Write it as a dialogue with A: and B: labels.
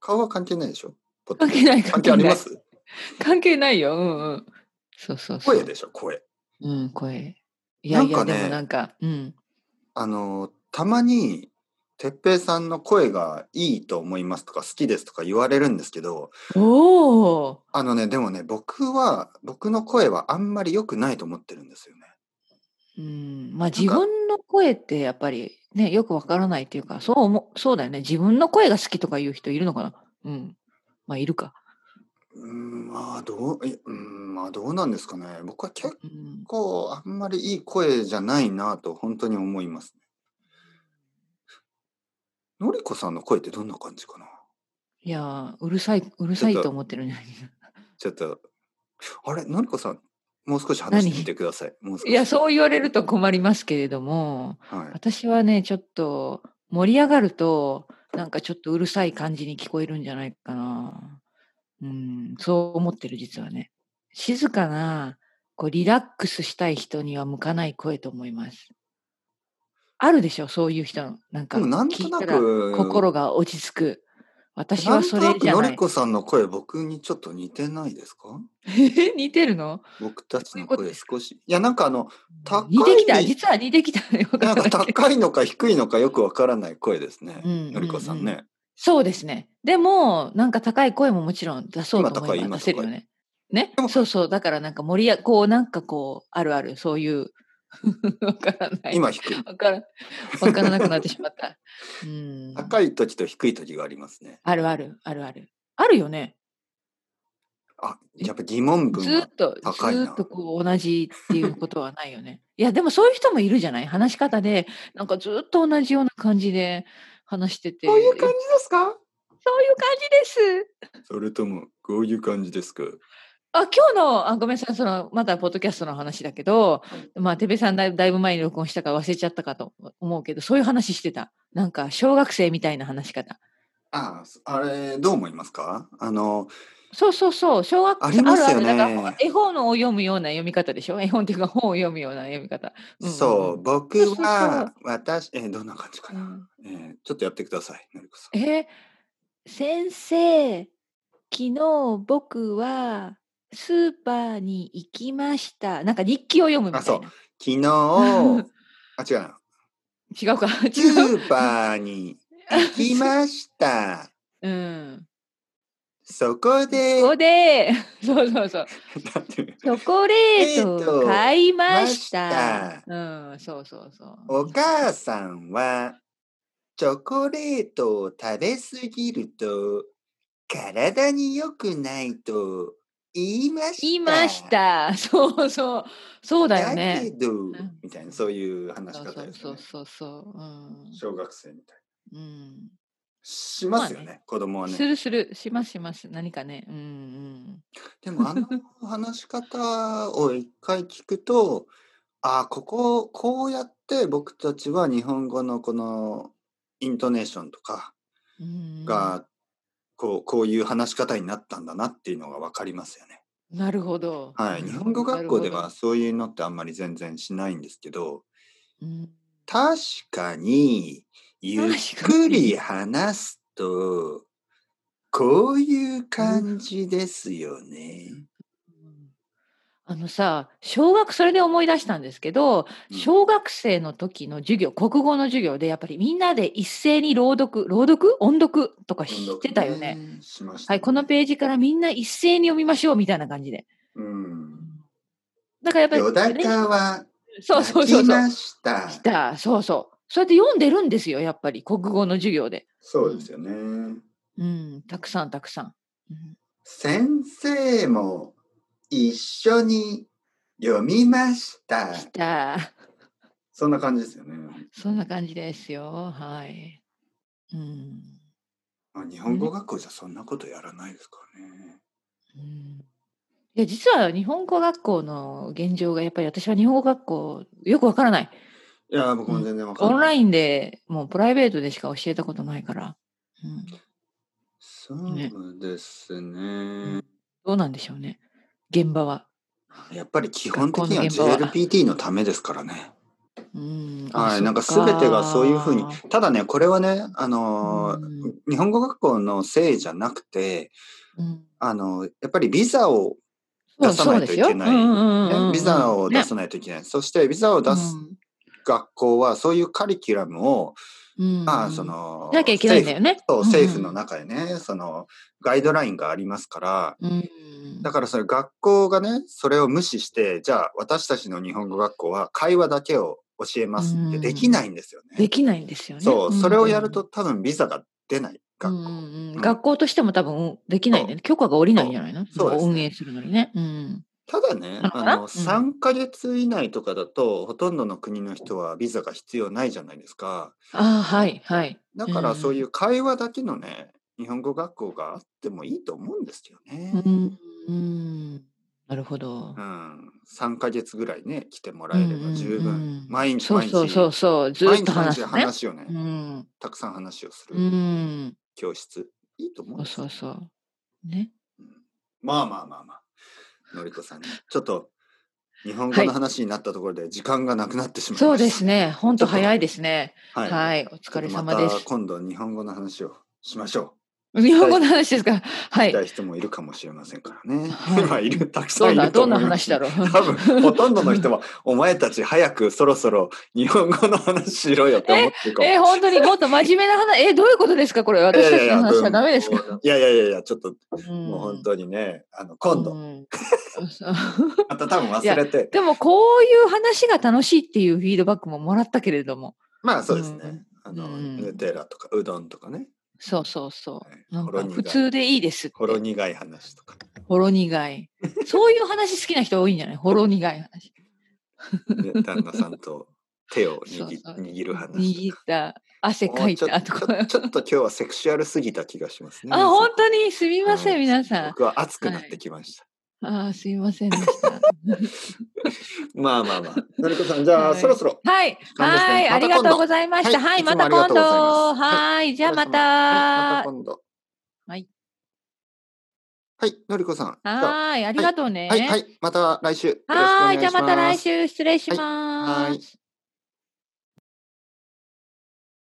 A: 顔は関係ないでしょポッド
B: 関
A: キャ
B: 係ない
A: スト関係あります
B: 関係ないよ。うんうん。そうそうそう。
A: 声でしょ、声。
B: うん、声。いやいや、
A: なんかね
B: でもなんか、うん。
A: あの、たまに、哲平さんの声がいいと思いますとか好きですとか言われるんですけど、
B: おお。
A: あのね、でもね、僕は、僕の声はあんまり良くないと思ってるんですよね。
B: うん、まあ
A: か
B: 自分の声ってやっぱりね、よくわからないっていうか、そう思うそうだよね。自分の声が好きとかいう人いるのかなうん。まあいるか。
A: うーん、まあ、どう、えうーん、まあ、どうなんですかね。僕は結
B: うん、
A: 構、あんまりいい声じゃないなと、本当に思いますね。のりこさんの声ってどんな感じかない
B: やー、うるさい、うるさい
A: ちょっと
B: と思ってるんじゃない
A: ちょっと、あれ、のりこさん、もう少し話してみてください。もう少し。
B: いや、そう言われると困りますけれども、
A: はい。
B: 私はね、ちょっと盛り上がると、なんかちょっとうるさい感じに聞こえるんじゃないかな。うん、そう思ってる、実はね。静かな、こう、リラックスしたい人には向かない声と思います。あるでしょ、そういう人の。なんか、
A: でも、なんと
B: 聞い
A: な
B: たら
A: く、
B: 心が落ち着く。私
A: な
B: は
A: ん
B: そ
A: と
B: れ
A: な
B: じ
A: く、
B: ゃ
A: の
B: な
A: り
B: い。
A: こさんの声、僕にちょっと似てないですか
B: 似てるの
A: 僕たち
B: そうい
A: の
B: うこと
A: 声、
B: です
A: 少し。いや、なんかあの、高い
B: 似てきた、
A: ね
B: 実は似てきた。よか
A: な
B: っ
A: んか
B: た
A: 高いのか低いのかよくわからない声ですね。
B: うん
A: のりこさんね。
B: そうですね。でも、なんか高い声ももちろん出そうと思え
A: 今高
B: ば
A: い
B: 出せるよね。ね
A: でも
B: そうそう。だからなんか盛りや、こうなんかこう、あるある、そういう、 わからない。
A: 今低い。
B: わから、わからなくなってしまった。うん。
A: 高い時と低い時がありますね。
B: あるある、あるある。あるよね。
A: あ、やっぱ疑問文
B: ずー
A: が
B: っと、ず
A: 高いな
B: ーっとこう同じっていうことはないよね。いや、でもそういう人もいるじゃない話し方で、なんかずーっと同じような感じで話してて。
A: こういう感じですか
B: そういう感じです。
A: それとも、こういう感じですか
B: あ今日のあごめんなさいそのまたポッドキャストの話だけど、まあ、てべさんだいぶだいぶ前に録音したから忘れちゃったかと思うけどそういう話してたなんか小学生みたいな話し方
A: ああれ、どう思いますかあの、
B: そうそうそう小学
A: ありますよね
B: あるあるだから絵本を読むような読み方でしょ絵本っていうか本を読むような読み方、うんうんうん
A: そう、僕
B: そうそうそう
A: は、私、えーどんな感じか
B: う
A: な、
B: ん
A: えーちょっとやってください、のりこさん。
B: えー先生昨日僕はスーパーに行きましたなんか日記を読むみたいな
A: あそう昨日、あ、違う な。
B: 違うか
A: ス
B: 違う
A: ーパーに行きま した。
B: うん
A: そこで、
B: ここで、 そうそうそう、
A: だって
B: チョコレートを買いまし
A: 買いま
B: た
A: し。
B: うん、そうそうそう。
A: お母さんはチョコレートを食べ過ぎると体に良くないと言いました。
B: 言いまし。た。そうそう、そうだよ
A: だけ
B: ね。
A: ど、
B: ん
A: みたいなそういう話し
B: そう
A: 方
B: そう
A: です
B: そ
A: よ
B: う
A: ね。
B: そうそう、うん、
A: 小学生みたいな。
B: うん、
A: しますよね、
B: まあ
A: 子供は
B: す
A: ね。
B: るするしますします何かね、うん
A: でもあの話し方を一回聞くと、ああ、ここ、こうやって僕たちは日本語のこのイントネーションとか、
B: うん、うん、
A: が、こうこういう話し方になったんだなっていうのが分かりますよね。
B: なるほど。
A: はい、日本語学校ではそういうのってあんまり全然しないんですけど
B: なるほど、うん
A: 確かにゆっくり話すとこういう感じですよね。
B: あのさ小学それで思い出したんですけど、
A: うん
B: 小学生の時の授業国語の授業でやっぱりみんなで一斉に朗読朗読音読とかしてたよね。
A: うん。しました
B: はい、このページからみんな一斉に読みましょうみたいな感じで。
A: うん。
B: だからやっぱり
A: よだ
B: ね
A: かは
B: そうそうそ
A: 泣き
B: うそう
A: ました。
B: したそうそうそうやって読んでるんですよやっぱり国語の授業で。
A: そうですよね。
B: うんたくさんたくさん。うん
A: 先生も一緒に読みました。
B: した
A: そんな感じですよね。
B: そんな感じですよはい。うん
A: あ日本語学校じゃそんなことやらないですからね。
B: うんいや実は日本語学校の現状がやっぱり私は日本語学校よくわからない
A: いや、僕も全然わか
B: オ
A: ん
B: ン
A: な
B: ラ
A: い。
B: インでもうプライベートでしか教えたことないから、うん、
A: そうですね。
B: どうなんでしょうね現場は、
A: やっぱり基本的には
B: 学校の現場は
A: JLPT のためですからね。
B: うんうん。あ
A: はい、なんか
B: そっ
A: 全てがそういうふうに
B: か
A: ただねこれはねあのー、
B: うん
A: 日本語学校のせいじゃなくて
B: うん
A: あのやっぱりビザを出さないといけないねビザを出さないといけない、そしてビザを出す学校はそういうカリキュラムを、まあそ、の
B: そうですようんうんうんうんしなきゃいけないんだよね。
A: 政府そう政府の
B: 中。
A: 中でね、そのガイドラインがありますから
B: うん
A: だからそれ学校がねそれを無視してじゃあ私たちの日本語学校は会話だけを教えますってできないんですよね。
B: できないんですよね。
A: そう、
B: ん
A: それをやると多分ビザが出ない学校。
B: うんうん
A: うん
B: 学校としても多分できないんだよね。許可が下りないんじゃないの
A: そうそうですね
B: 運営するのにね。うん。
A: ただね、
B: なのかな
A: あの、
B: うん
A: 3ヶ月以内とかだと、ほとんどの国の人はビザが必要ないじゃないですか。
B: ああ、はい、はい。
A: だから
B: うん
A: そういう会話だけのね、日本語学校があってもいいと思うんですよね。
B: うん。うんなるほど
A: う。ん。3ヶ月ぐらいね、来てもらえれば十分。
B: うんうんうん
A: 毎日
B: そう
A: 毎日。
B: そうそうそう。ずー
A: 毎
B: っ
A: 日
B: と
A: 毎
B: 話
A: 日
B: すね。
A: 話をね、
B: うん。
A: たくさん話をす
B: う
A: る
B: ん。
A: 教室。いいと思う
B: そ
A: ん
B: う
A: です
B: そ
A: よ
B: うそう。ね。
A: まあまあまあまあ。のりこさんね、ちょっと日本語
B: はい
A: の話になったところで時間がなくなってしまいました。
B: そうですね。本当早いですね。
A: はい。
B: はい。お
A: お
B: 疲れ様で
A: ますた。今度日本語の話をしましょ
B: 日本語の話ですか。は
A: う。
B: い
A: した。い人もいるかもしれませんからね。
B: は い
A: 今いるたくさん
B: どん
A: い
B: な、
A: ると
B: どん
A: 思ま
B: ない話
A: す。
B: だろう。
A: 多分ほとんどの人は「お前たち早くそろそろ日本語の話しろよ」って思ってるかも。
B: え、本当にもっと真面目な話、え、どういうことですかこれ、私たちの話はダメですか
A: いやいやいやいやちょっとも
B: も
A: う本当にねあの今度また多分忘れて
B: でも、こういう話が楽しいっていうフィードバックももらったけれども。
A: まあそうですね、
B: うん
A: あの
B: うん
A: ヌテラとかうどんとかね
B: そうそうそ。
A: はいう
B: なん
A: ほろ
B: か
A: 苦い
B: 普通でいいですって
A: ほ。ろ苦い話とか、
B: ほろ苦い。そういう話好きな人多いんじゃないほろ苦い話。
A: ね、旦那さんと手を握
B: そうそう
A: 握る話
B: 握
A: とか
B: った、汗
A: も
B: か
A: う
B: い
A: ちょ
B: たと
A: ちょ
B: か。
A: ちょっと今日はセクシュアルすぎた気がしますね。
B: あ、本当にすみ
A: す
B: ません、皆さん。
A: 僕は熱くなってきました。
B: あーすみませんでした。
A: まあまあまあ。のりこさん、じゃあ、
B: はい
A: そろそろ。
B: はい、
A: 感じですね
B: はい、
A: ま
B: あ
A: た
B: り
A: 今度
B: がとうございました。
A: はい
B: はい、
A: いつも
B: また
A: あ
B: 今
A: りがとうござい
B: 度。
A: ます
B: はい、じゃあま
A: はいまた
B: た。
A: 今度。はい、のりこさん。じゃあ
B: はい、ありがとうね。
A: はい、はい、また来週。よろしくお
B: は
A: 願
B: い、
A: い
B: じゃあ
A: し
B: ま
A: ま
B: た来
A: す。
B: 週失礼し
A: はい
B: ま
A: はい
B: す。